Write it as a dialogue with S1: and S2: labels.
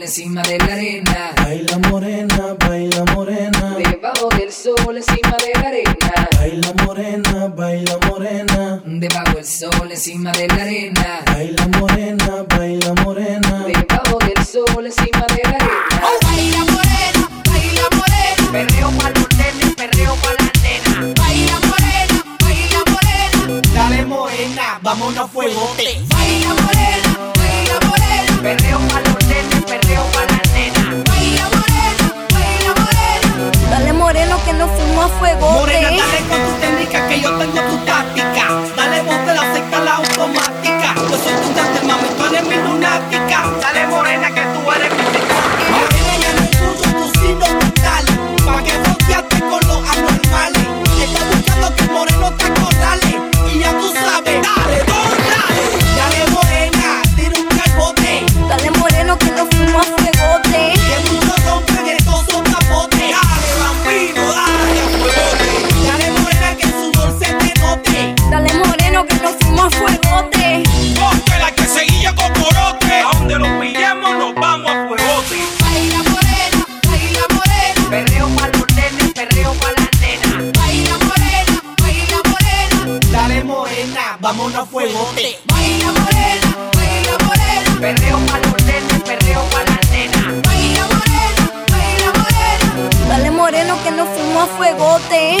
S1: encima de la arena.
S2: Baila morena, baila morena.
S1: Debajo del sol, encima de la arena.
S2: Baila morena, baila morena.
S1: Debajo del sol, encima de la arena.
S2: Baila morena, baila morena.
S1: Debajo del sol, encima de la arena.
S3: Oh, baila morena, baila morena.
S4: Perreo para los nenes, perreo para las nenas.
S3: Baila morena, baila morena.
S4: Dale morena, vámonos a fuegote.
S3: Baila morena, baila morena.
S4: Perreo para los nenes, perreo para las nenas.
S3: Baila morena, baila morena.
S5: Dale moreno que no fuimos a fuego.
S4: Morena, dale con tu técnica que yo tengo tu táctica. Dale bote la secta la automática. Yo soy tu dante, mami, tú eres mi lunática. Dale morena que tú eres mi psicótica. Morena, ya no incluyo tus signos vitales. Pa' que volteaste con los anormales. Estás buscando que el moreno te acorrale. Y ya tú sabes, dale, don, dale. Dale morena, tira un calbote.
S5: Dale moreno que no fuimos a fuegote.
S4: Que muchos rompen estos son capotes. Dale, vampiro, dale, a fuegote. Dale, morena, que el sudor se te note.
S5: Dale moreno que no fuimos a fuegote.
S6: Ponte la que seguía con corote. A donde los pillemos nos vamos a fuegote.
S3: Baila morena, baila morena.
S4: Perreo para los nenes, perreo para las nenas.
S3: Baila morena, baila morena.
S4: Dale, morena, vámonos a fuegote.
S3: Baila morena, baila morena.
S4: Perreo para los nenes, perreo para las nenas.
S3: Baila morena, baila morena.
S5: Dale moreno que no fuimos a fuegote.